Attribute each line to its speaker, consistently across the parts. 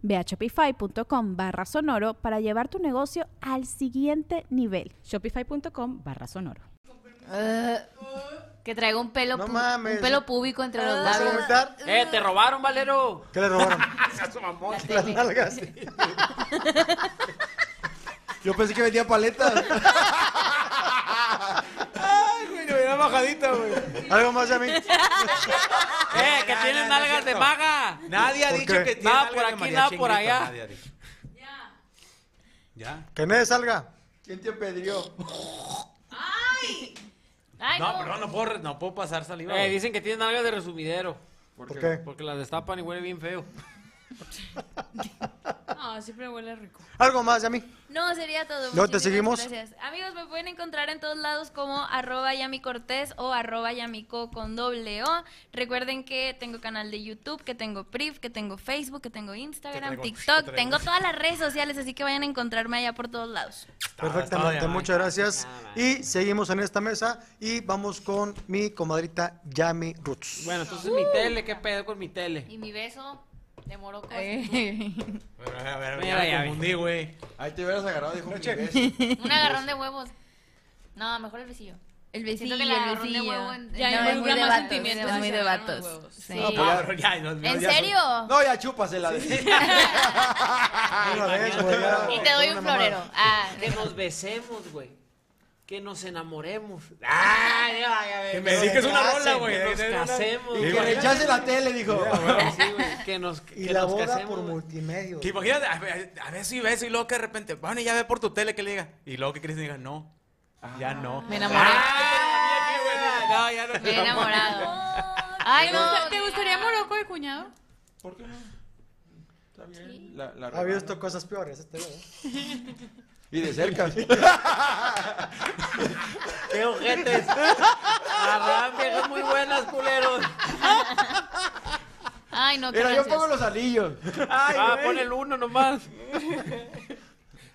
Speaker 1: Ve a shopify.com barra sonoro para llevar tu negocio al siguiente nivel.
Speaker 2: Shopify.com barra sonoro.
Speaker 3: Ah, Que traiga un pelo,
Speaker 4: No
Speaker 3: pu-
Speaker 4: mames.
Speaker 3: un pelo púbico entre los
Speaker 4: ¿Vas a
Speaker 3: labios.
Speaker 4: vomitar?
Speaker 5: ¡Eh, te robaron, Valero!
Speaker 4: ¿Qué le robaron? Las nalgas. Yo pensé que vendía paletas.
Speaker 5: ¡Ay, güey, me da bajadita, güey! ¡Eh,
Speaker 4: Algo más, Yami.
Speaker 5: que tienen nalgas de maga!
Speaker 6: Nadie ha
Speaker 4: ¿Por
Speaker 6: dicho
Speaker 4: qué?
Speaker 6: que tiene
Speaker 5: Nada
Speaker 6: algo
Speaker 5: por
Speaker 6: de
Speaker 5: aquí,
Speaker 6: mariachi
Speaker 5: nada
Speaker 6: en
Speaker 5: por
Speaker 6: grito,
Speaker 5: allá.
Speaker 6: nadie ha dicho. Ya.
Speaker 4: Que nadie salga. ¿Quién te pedrió?
Speaker 3: Ay,
Speaker 6: No,
Speaker 3: no.
Speaker 6: pero no puedo, re- no puedo pasar saliva.
Speaker 5: Eh,
Speaker 6: güey.
Speaker 5: dicen que tienen nalgas de resumidero.
Speaker 4: ¿Por qué?
Speaker 5: Porque las destapan y huele bien feo.
Speaker 3: No, siempre huele rico.
Speaker 4: Algo más, Yami.
Speaker 3: No, sería todo.
Speaker 4: Luego te
Speaker 3: Muchísimas
Speaker 4: seguimos.
Speaker 3: Gracias. Amigos, me pueden encontrar en todos lados como arroba yamicortés o arroba yamico con doble O. Recuerden que tengo canal de YouTube, que tengo PRIV, que tengo Facebook, que tengo Instagram,
Speaker 6: traigo,
Speaker 3: TikTok.
Speaker 6: te traigo.
Speaker 3: tengo todas las redes sociales, así que vayan a encontrarme allá por todos lados.
Speaker 4: Perfectamente,
Speaker 6: está bien,
Speaker 4: muchas
Speaker 6: está
Speaker 4: gracias. Y seguimos en esta mesa y vamos con mi comadrita Yami Roots.
Speaker 5: Bueno, entonces mi tele, ¿qué pedo con mi tele?
Speaker 3: Y mi beso de moroco.
Speaker 6: Pero, a ver, a ver,
Speaker 5: Mira
Speaker 6: ya
Speaker 5: la
Speaker 6: me
Speaker 5: llave.
Speaker 6: confundí, güey.
Speaker 7: Ahí te hubieras agarrado, dijo mi beso.
Speaker 3: Un agarrón de huevos. No, mejor el besillo.
Speaker 8: El
Speaker 3: Siento
Speaker 8: besillo,
Speaker 3: que la
Speaker 8: el
Speaker 3: agarrón de
Speaker 8: besillo.
Speaker 3: huevo en-
Speaker 8: Ya
Speaker 3: en- no,
Speaker 8: no, es muy
Speaker 3: involucra
Speaker 8: de
Speaker 3: más
Speaker 8: vatos,
Speaker 3: sentimientos,
Speaker 8: es muy de
Speaker 3: agarrón de
Speaker 8: vatos.
Speaker 3: huevos.
Speaker 8: Sí.
Speaker 3: No,
Speaker 6: No, pues ya, ya, no, no,
Speaker 3: ¿En
Speaker 6: ya
Speaker 3: serio?
Speaker 7: No, ya chúpasela.
Speaker 4: Una vez, güey, Ah, ya.
Speaker 3: Y te doy
Speaker 4: Una
Speaker 3: un
Speaker 4: mamada.
Speaker 3: florero. Ah,
Speaker 5: Que nos besemos, güey. Que nos enamoremos. ¡Ah! Ya, ya, ya,
Speaker 6: Que me dediques una rola, güey.
Speaker 5: Que nos
Speaker 6: Que-
Speaker 5: casemos.
Speaker 7: Y
Speaker 5: güey.
Speaker 7: que le echase la tele, dijo.
Speaker 5: Sí, güey, Que nos
Speaker 4: Y
Speaker 5: que
Speaker 4: la
Speaker 5: nos
Speaker 4: boda
Speaker 5: casemos,
Speaker 4: por
Speaker 5: güey.
Speaker 4: multimedia.
Speaker 6: Que imagínate, a ver, a ver si ves y luego que de repente, bueno, y ya ve por tu tele que le diga. Y luego que Cristian diga, no, ya no.
Speaker 8: Me enamoré.
Speaker 6: Ah, qué bueno. No, ya no.
Speaker 3: me he enamorado. Ay, no.
Speaker 8: ¿Te gustaría Morocco
Speaker 3: pues?
Speaker 8: de cuñado?
Speaker 7: ¿Por qué no? Está bien. La, la
Speaker 4: Ha visto cosas peores este güey. ¿eh?
Speaker 7: Y de cerca.
Speaker 5: ¡Qué ojetes! ¡Arran, viejas muy buenas, culeros!
Speaker 3: Ay, no, qué
Speaker 7: Mira, yo
Speaker 3: gracioso.
Speaker 7: pongo los anillos.
Speaker 5: ah, pon el uno nomás.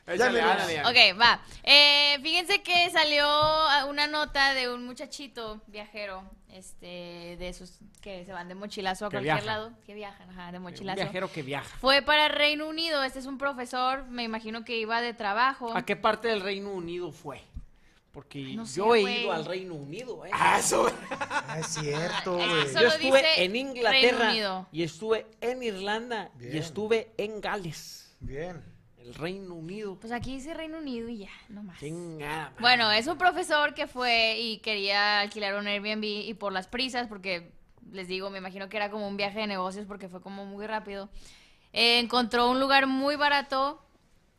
Speaker 5: Échale,
Speaker 7: mira.
Speaker 5: ándale, ya.
Speaker 3: Ok, va. Eh, fíjense que salió ah, una nota de un muchachito viajero, este, de esos que se van de mochilazo a
Speaker 5: Que
Speaker 3: cualquier
Speaker 5: viajan.
Speaker 3: lado, que viajan, ajá, de
Speaker 5: Un
Speaker 3: mochilazo.
Speaker 5: viajero que viaja.
Speaker 3: Fue para Reino Unido, este es un profesor, me imagino que iba de trabajo.
Speaker 5: ¿A qué parte del Reino Unido fue? Porque
Speaker 3: Oh. No sé,
Speaker 5: yo he
Speaker 3: güey.
Speaker 5: ido al Reino Unido, ¿eh?
Speaker 6: Ah, eso.
Speaker 4: Ah, es cierto,
Speaker 3: Ah,
Speaker 4: güey.
Speaker 3: eso-
Speaker 5: yo
Speaker 3: solo
Speaker 5: estuve
Speaker 3: dice
Speaker 5: en
Speaker 3: Reino
Speaker 5: Inglaterra
Speaker 3: Unido.
Speaker 5: y estuve en Irlanda
Speaker 4: Bien.
Speaker 5: y estuve en Gales,
Speaker 4: Bien.
Speaker 5: el Reino Unido.
Speaker 3: Pues aquí dice Reino Unido y ya, no más.
Speaker 5: Chingada madre.
Speaker 3: Bueno, eh, es un profesor que fue y quería alquilar un Airbnb y por las prisas, porque les digo, me imagino que era como un viaje de negocios porque fue como muy rápido, eh, encontró un lugar muy barato,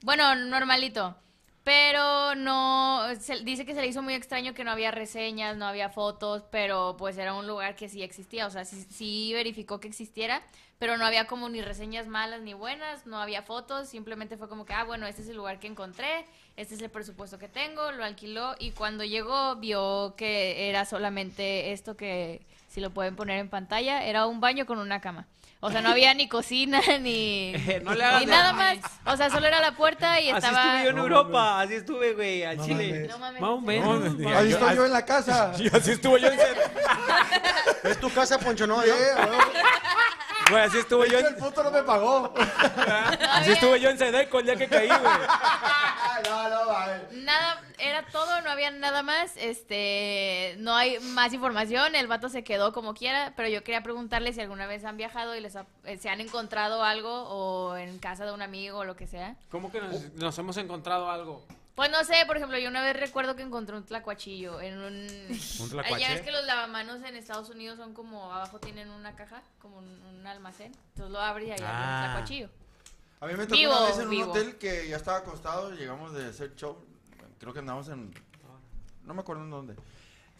Speaker 3: bueno, normalito, pero no, se- dice que se le hizo muy extraño que no había reseñas, no había fotos, pero pues era un lugar que sí existía, o sea, sí, sí verificó que existiera, pero no había como ni reseñas malas ni buenas, no había fotos, simplemente fue como que, ah, bueno, este es el lugar que encontré, este es el presupuesto que tengo, lo alquiló y cuando llegó vio que era solamente esto que, si lo pueden poner en pantalla, era un baño con una cama. O sea, no había ni cocina ni,
Speaker 5: No le hagas
Speaker 3: ni
Speaker 5: de-
Speaker 3: nada más. O sea, solo era la puerta y
Speaker 5: así
Speaker 3: estaba...
Speaker 5: estuve yo en
Speaker 4: No
Speaker 5: Europa, así estuve, güey, al
Speaker 4: No
Speaker 5: Chile.
Speaker 4: mames.
Speaker 3: No mames.
Speaker 5: Más o menos.
Speaker 6: No, no,
Speaker 4: Ahí
Speaker 6: yo-
Speaker 4: estoy yo en la casa.
Speaker 6: Y así estuve yo en
Speaker 4: Es tu casa, Poncho, ¿no?
Speaker 7: Sí, güey.
Speaker 6: Güey, así estuve yo
Speaker 7: El
Speaker 6: en
Speaker 7: puto no me pagó.
Speaker 6: Así estuve yo en Sedeco el día que caí, güey.
Speaker 7: Ay, no, no, a ver.
Speaker 3: Nada, era todo, no había nada más, este, no hay más información, el vato se quedó como quiera, pero yo quería preguntarle si alguna vez han viajado y les ha- eh, se han encontrado algo o en casa de un amigo o lo que sea.
Speaker 5: ¿Cómo que nos, nos hemos encontrado algo?
Speaker 3: Pues no sé, por ejemplo, yo una vez recuerdo que encontré un tlacuachillo en un...
Speaker 6: ¿Un
Speaker 3: Ah, Ya
Speaker 6: tlacuache?
Speaker 3: ves que los lavamanos en Estados Unidos son como, abajo tienen una caja, como un, un almacén. Entonces lo abres y ahí hay
Speaker 6: Ah.
Speaker 3: un tlacuachillo.
Speaker 7: A mí me tocó
Speaker 3: Vivo,
Speaker 7: una vez en
Speaker 3: vivo.
Speaker 7: un hotel que ya estaba acostado, llegamos de hacer show, creo que andábamos en, no me acuerdo en dónde,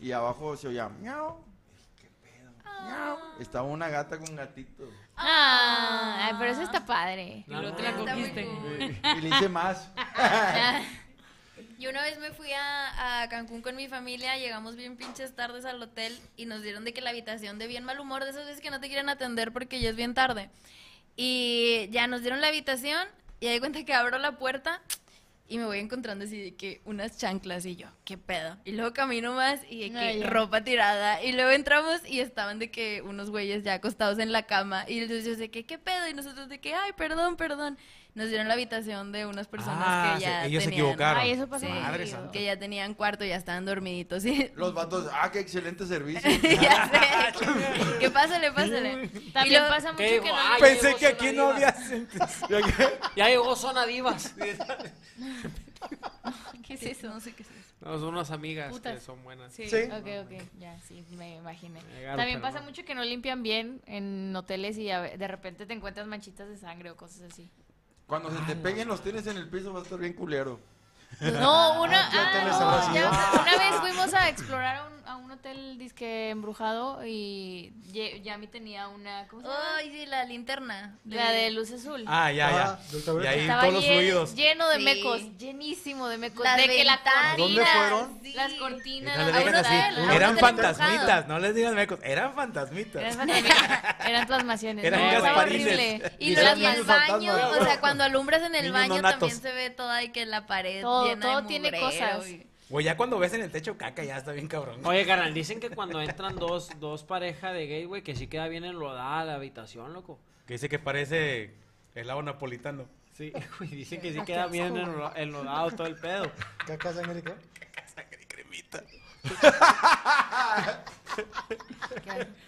Speaker 7: y abajo se oía, miau, Dije, qué pedo, miau, estaba una gata con un gatito,
Speaker 3: Ah, ay, pero eso está padre.
Speaker 5: No,
Speaker 8: Pero
Speaker 5: no,
Speaker 8: te la
Speaker 5: no.
Speaker 3: Está muy
Speaker 8: comiste.
Speaker 3: cool.
Speaker 7: y le hice más,
Speaker 9: Yo una vez me fui a, a Cancún con mi familia, llegamos bien pinches tardes al hotel y nos dieron de que la habitación de bien mal humor, de esas veces que no te quieren atender porque ya es bien tarde. Y ya nos dieron la habitación y ahí cuenta que abro la puerta y me voy encontrando así de que unas chanclas y yo, qué pedo. Y luego camino más y de que
Speaker 3: Ay, ya.
Speaker 9: ropa tirada. Y luego entramos y estaban de que unos güeyes ya acostados en la cama. Y entonces yo de que, qué pedo. Y nosotros de que, ay, perdón, perdón. Nos dieron la habitación de unas personas
Speaker 6: Ah,
Speaker 9: que
Speaker 6: se-
Speaker 9: ya
Speaker 6: ellos se
Speaker 9: tenían-
Speaker 6: equivocaron.
Speaker 3: Ay, eso pasa
Speaker 9: Sí,
Speaker 6: Madre
Speaker 3: seguido.
Speaker 6: santa.
Speaker 9: que ya tenían cuarto, ya estaban dormiditos. Y,
Speaker 7: los vatos, ah, qué excelente servicio,
Speaker 9: ya sé. que pásale, pásale.
Speaker 3: También
Speaker 9: Y lo-
Speaker 3: pasa mucho
Speaker 5: ¿Qué
Speaker 3: que
Speaker 5: digo?
Speaker 3: no...
Speaker 5: Ay,
Speaker 6: Pensé
Speaker 5: llegó
Speaker 6: que aquí
Speaker 5: Zona
Speaker 6: no
Speaker 5: Diva.
Speaker 6: había sentido.
Speaker 5: Ya llegó Zona Divas.
Speaker 9: ¿Qué es eso? No sé qué es eso.
Speaker 5: No, son unas amigas que
Speaker 3: Putas.
Speaker 5: son buenas.
Speaker 8: Sí.
Speaker 4: Sí.
Speaker 3: Ok, ok, ya, sí, me imaginé.
Speaker 5: Llegaron,
Speaker 3: También
Speaker 5: pero
Speaker 3: pasa
Speaker 5: no.
Speaker 3: mucho que no limpian bien en hoteles y a ve- de repente te encuentras manchitas de sangre o cosas así.
Speaker 7: cuando se
Speaker 6: Ah.
Speaker 7: te peguen los tienes en el piso va a estar bien culero,
Speaker 3: No, una,
Speaker 4: ¿qué
Speaker 3: ah,
Speaker 4: hoteles
Speaker 3: no,
Speaker 4: habrá sido?
Speaker 3: ya, una vez fuimos a explorar a un, a un hotel disque embrujado y Ye- Yami tenía una, ¿cómo se llama?
Speaker 9: Ay, sí, la linterna.
Speaker 3: La de luz azul.
Speaker 6: Ah, ya,
Speaker 4: Ah, del
Speaker 6: ya.
Speaker 4: tablero.
Speaker 6: Y ahí
Speaker 3: Estaba
Speaker 6: todos los
Speaker 3: llen-
Speaker 6: fluidos.
Speaker 3: lleno de
Speaker 9: Sí.
Speaker 3: mecos, llenísimo de mecos.
Speaker 9: Las
Speaker 3: de que la
Speaker 9: ventanas.
Speaker 4: ¿Dónde
Speaker 3: cortina-
Speaker 4: fueron?
Speaker 3: Las
Speaker 9: Sí.
Speaker 3: cortinas,
Speaker 6: No le
Speaker 3: las
Speaker 6: digas así.
Speaker 3: ventanas,
Speaker 9: hotel, a un
Speaker 6: Eran
Speaker 9: hotel
Speaker 6: fantasmitas.
Speaker 9: embrujado.
Speaker 6: No les digas mecos. Eran fantasmitas.
Speaker 3: Eran fantasmitas, eran plasmaciones.
Speaker 6: Eran
Speaker 3: no, estaba
Speaker 6: gasparines.
Speaker 3: horrible.
Speaker 9: Y
Speaker 6: Mira,
Speaker 9: lo- y
Speaker 3: las
Speaker 9: el
Speaker 3: man-
Speaker 4: niños
Speaker 9: baño,
Speaker 4: fantasmas.
Speaker 9: o sea, cuando alumbras en el
Speaker 6: Niños
Speaker 9: baño
Speaker 6: nonatos.
Speaker 9: también se ve toda de que la pared
Speaker 3: Todo-
Speaker 9: llena
Speaker 3: todo
Speaker 9: de
Speaker 3: tiene
Speaker 9: mugrero
Speaker 3: cosas.
Speaker 9: y-
Speaker 6: Güey, ya cuando ves en el techo caca, ya está bien cabrón.
Speaker 5: Oye, carnal, dicen que cuando entran dos, dos parejas de gay, güey, que sí queda bien enlodada la habitación, loco.
Speaker 6: Que dice que parece helado napolitano.
Speaker 5: Sí, güey, dicen que sí queda bien enlo- enlodado todo el pedo.
Speaker 4: Caca, sangre, ¿qué?
Speaker 6: Sangre y cremita.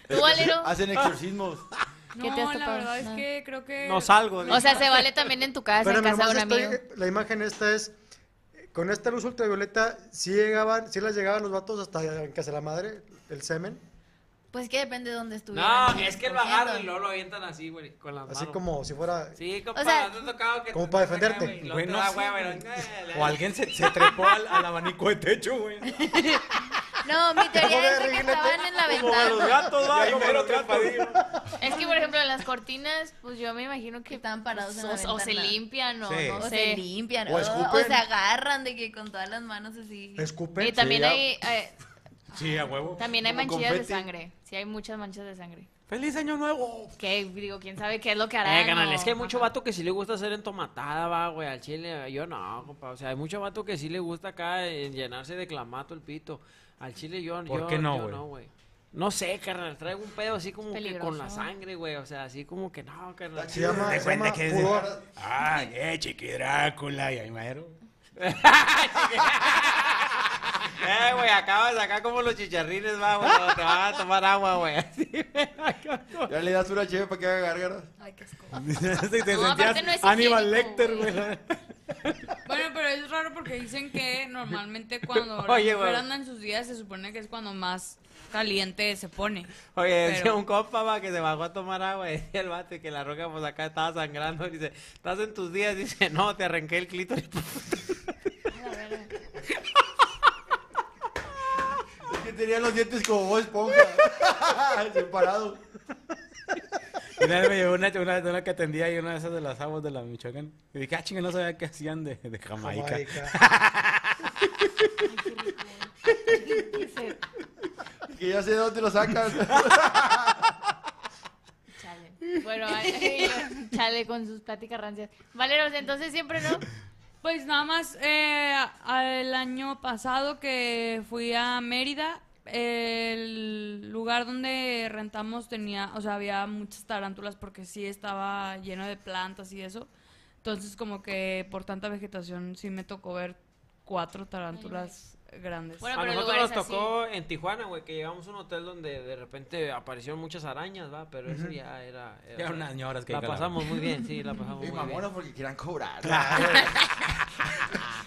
Speaker 3: Tú, Valero,
Speaker 7: hacen exorcismos,
Speaker 3: ¿Qué
Speaker 8: No,
Speaker 3: te has
Speaker 8: la
Speaker 3: topado?
Speaker 8: verdad es
Speaker 3: Nada.
Speaker 8: que Eh, creo que.
Speaker 5: No salgo.
Speaker 3: o sea, se vale también en tu casa, en
Speaker 4: Espérame,
Speaker 3: casa de un
Speaker 4: nomás
Speaker 3: amigo.
Speaker 4: estoy- la imagen esta es, eh, con esta luz ultravioleta, si llegaban, si las llegaban los vatos hasta en casa de la madre, el semen,
Speaker 9: Pues que depende de dónde
Speaker 5: no,
Speaker 9: estuvieras.
Speaker 5: es que lo agarran y luego lo avientan así, güey, con las
Speaker 4: así
Speaker 5: manos.
Speaker 4: como si fuera...
Speaker 5: Sí, compa,
Speaker 9: O sea,
Speaker 5: ¿no te ha tocado que
Speaker 4: como
Speaker 5: te-
Speaker 4: para
Speaker 5: te-
Speaker 4: defenderte.
Speaker 5: ah, güey, luego
Speaker 6: Güey,
Speaker 5: te
Speaker 6: no
Speaker 5: da
Speaker 6: sé,
Speaker 5: hueva,
Speaker 6: güey.
Speaker 5: pero- eh,
Speaker 6: O alguien se, se trepó al, al abanico de techo, güey.
Speaker 9: No, mi
Speaker 4: Como
Speaker 9: teoría es de
Speaker 4: de
Speaker 9: que estaban en la
Speaker 6: Como a los
Speaker 9: ventana.
Speaker 6: gatos, va,
Speaker 7: ahí
Speaker 6: como
Speaker 7: mero
Speaker 6: los gatos.
Speaker 3: Es que, por ejemplo, en las cortinas, pues yo me imagino que
Speaker 9: Estaban parados en la
Speaker 3: o- o, se
Speaker 9: ventana.
Speaker 3: limpian o
Speaker 6: Sí.
Speaker 3: no
Speaker 9: O
Speaker 3: sé.
Speaker 9: se limpian,
Speaker 4: O
Speaker 9: o, o
Speaker 4: escupen.
Speaker 9: se agarran de que con todas las manos así.
Speaker 4: Escupen.
Speaker 3: Y también
Speaker 7: Sí, ya.
Speaker 3: hay, eh,
Speaker 6: Sí, a huevo.
Speaker 3: también hay
Speaker 7: Como
Speaker 3: manchillas de
Speaker 7: confeti.
Speaker 3: sangre. Sí, hay muchas manchas de sangre.
Speaker 6: ¡Feliz año nuevo!
Speaker 3: Que digo, quién sabe qué es lo que harán.
Speaker 5: Eh, carnal,
Speaker 3: o-
Speaker 5: es que hay mucho
Speaker 3: Ajá.
Speaker 5: vato que sí le gusta hacer entomatada, va, güey, al chile. Yo no, compa. O sea, hay mucho vato que sí le gusta acá eh, llenarse de clamato el pito. Al chile yo,
Speaker 6: ¿Por
Speaker 5: yo,
Speaker 6: qué no,
Speaker 5: yo
Speaker 6: güey?
Speaker 5: no, güey. No sé, carnal, traigo un pedo así como que con la
Speaker 3: Peligroso.
Speaker 5: sangre, güey. O sea, así como que no, carnal.
Speaker 4: Se llama,
Speaker 6: Te
Speaker 4: se llama
Speaker 6: cuenta que es de-
Speaker 4: pudor.
Speaker 6: Ay, eh, chiqui Drácula y ahí mero.
Speaker 5: Eh, güey, acabas acá como los chicharrines, va, güey. cuando Te van a tomar agua, güey. Así, güey, acá como-
Speaker 7: ya le das una cheve para que haga gargaras.
Speaker 9: Ay, qué asco.
Speaker 6: Sí, te
Speaker 3: No, aparte
Speaker 6: sentías
Speaker 3: no es
Speaker 6: Aníbal
Speaker 3: higiénico,
Speaker 6: Lecter,
Speaker 3: güey.
Speaker 6: güey.
Speaker 8: Bueno, pero es raro porque dicen que normalmente cuando la
Speaker 5: Oye,
Speaker 8: mujer
Speaker 5: güey.
Speaker 8: anda en sus días se supone que es cuando más caliente se pone.
Speaker 5: Oye, decía
Speaker 8: Pero-
Speaker 5: un compa va, que se bajó a tomar agua y decía el vato y que la roca pues acá estaba sangrando. Y dice, ¿estás en tus días? Dice, no, te arranqué el clítoris.
Speaker 7: Es que tenía los dientes como vos, esponja. Separados.
Speaker 6: Y una vez me llegó una, una, una que atendía y una de esas de las aguas de la Michoacán. Y dije, ah, chinga, no sabía qué hacían de, de Jamaica.
Speaker 4: Jamaica.
Speaker 7: Que ya sé de dónde lo sacas.
Speaker 3: Chale. Bueno, ay, chale con sus pláticas rancias. Valeros, entonces siempre no.
Speaker 8: Pues nada más eh, al año pasado que fui a Mérida, el lugar donde rentamos tenía, o sea, había muchas tarántulas porque sí estaba lleno de plantas y eso. Entonces como que por tanta vegetación sí me tocó ver cuatro tarántulas grandes.
Speaker 3: Bueno,
Speaker 5: a
Speaker 3: Ah, pero
Speaker 5: nosotros nos
Speaker 3: lugares así.
Speaker 5: tocó en Tijuana, güey, que llegamos a un hotel donde de repente aparecieron muchas arañas, va, pero eso ya era... era-
Speaker 6: Eran unas ñoras que
Speaker 5: La
Speaker 6: calaban.
Speaker 5: pasamos muy bien, sí, la pasamos
Speaker 7: Y
Speaker 5: muy bien.
Speaker 7: mamonas porque quieran cobrar.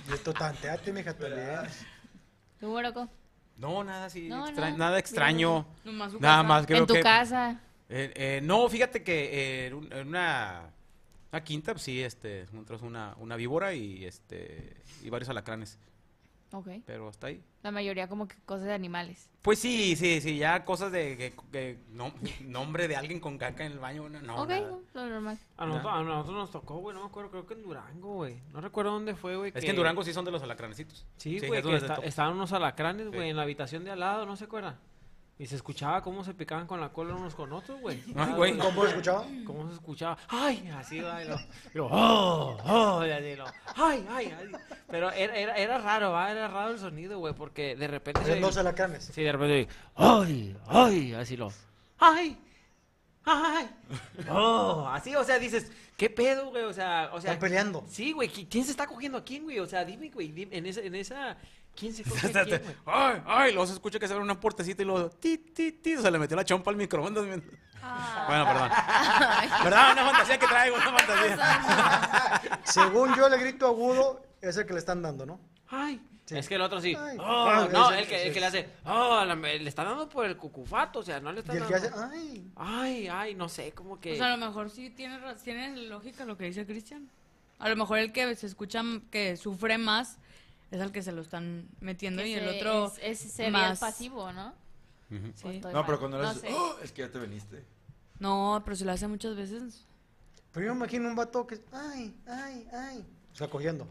Speaker 4: Y esto tanteate, mija, también.
Speaker 3: ¿Tú, Boroco?
Speaker 6: No, nada así,
Speaker 3: No,
Speaker 6: extra-
Speaker 3: no.
Speaker 6: nada extraño.
Speaker 8: Nomás su
Speaker 6: Nada
Speaker 8: casa.
Speaker 6: más creo
Speaker 3: en tu
Speaker 6: que...
Speaker 3: casa.
Speaker 6: Eh, eh, no, fíjate que eh, en un- en una, una quinta, pues, sí, este, encontramos una, una víbora y este y varios alacranes,
Speaker 3: Ok.
Speaker 6: pero hasta ahí.
Speaker 3: La mayoría como que cosas de animales.
Speaker 6: Pues sí, sí, sí, ya cosas de que, que no- nombre de alguien con caca en el baño, no, no,
Speaker 3: ok,
Speaker 6: nada.
Speaker 3: no, lo normal.
Speaker 5: A nosotros, a nosotros nos tocó, güey, no me acuerdo, creo que en Durango, güey. No recuerdo dónde fue, güey.
Speaker 6: Es que en Durango sí son de los alacranecitos.
Speaker 5: Sí,
Speaker 6: es
Speaker 5: güey, que
Speaker 6: donde se
Speaker 5: esta-
Speaker 6: topa.
Speaker 5: estaban unos alacranes,
Speaker 6: Sí.
Speaker 5: güey, en la habitación de al lado, ¿no se acuerdan? Y se escuchaba cómo se picaban con la cola unos con otros, güey.
Speaker 6: Ay, güey,
Speaker 5: Ah,
Speaker 4: ¿Cómo lo escuchaba?
Speaker 5: ¿Cómo se escuchaba? ¡Ay! Así va, y lo, y lo, ¡oh! ¡oh! Y así lo, ¡ay! ¡ay! ay. Pero era, era, era raro, ¿va? Era raro el sonido, güey, porque de repente...
Speaker 4: Habían
Speaker 5: Se,
Speaker 4: dos alacranes.
Speaker 5: sí, de repente, ¡ay! ¡ay! Así lo, ¡ay! ¡ay! ¡oh! Así, o sea, dices, ¿qué pedo, güey? O sea, o sea...
Speaker 4: Están peleando.
Speaker 5: Sí, güey, ¿qui- ¿quién se está cogiendo a quién, güey? O sea, dime, güey, dime, en, esa, en esa... ¿Quién se coge a quién, güey?
Speaker 6: Ay, ay, luego se escucha que se abre una puertecita y luego ti, ti, ti, se le metió la chompa al microondas. men. Bueno, perdón. ¿Verdad? Una fantasía que traigo, una fantasía.
Speaker 4: Según yo, el grito agudo es el que le están dando, ¿no?
Speaker 5: Ay.
Speaker 4: Sí.
Speaker 5: Es que el otro sí.
Speaker 4: Ay.
Speaker 5: Oh,
Speaker 4: Ah,
Speaker 5: no,
Speaker 4: ese-
Speaker 5: el que, el
Speaker 4: ese
Speaker 5: que le
Speaker 4: es.
Speaker 5: hace. Oh, la- le está dando por el cucufato, o sea, no le está
Speaker 4: Y el
Speaker 5: dando.
Speaker 4: que hace, "Ah". ay,
Speaker 5: Ay, ay, no sé, como que.
Speaker 8: O sea, a lo mejor sí tiene, ra- tiene lógica lo que dice Cristian. A lo mejor el que se escucha m- que sufre más es al que se lo están metiendo y
Speaker 3: Que
Speaker 8: el
Speaker 3: se-
Speaker 8: otro
Speaker 3: es, es- sería el
Speaker 8: más
Speaker 3: pasivo, ¿no?
Speaker 8: Sí.
Speaker 3: Pues estoy
Speaker 7: No,
Speaker 3: mal.
Speaker 7: pero cuando lo haces,
Speaker 3: sé.
Speaker 7: "Oh", es que ya te veniste.
Speaker 8: No, pero si lo hace muchas veces.
Speaker 4: pero yo me imagino un vato que, ay, ay, ay. O sea, cogiendo.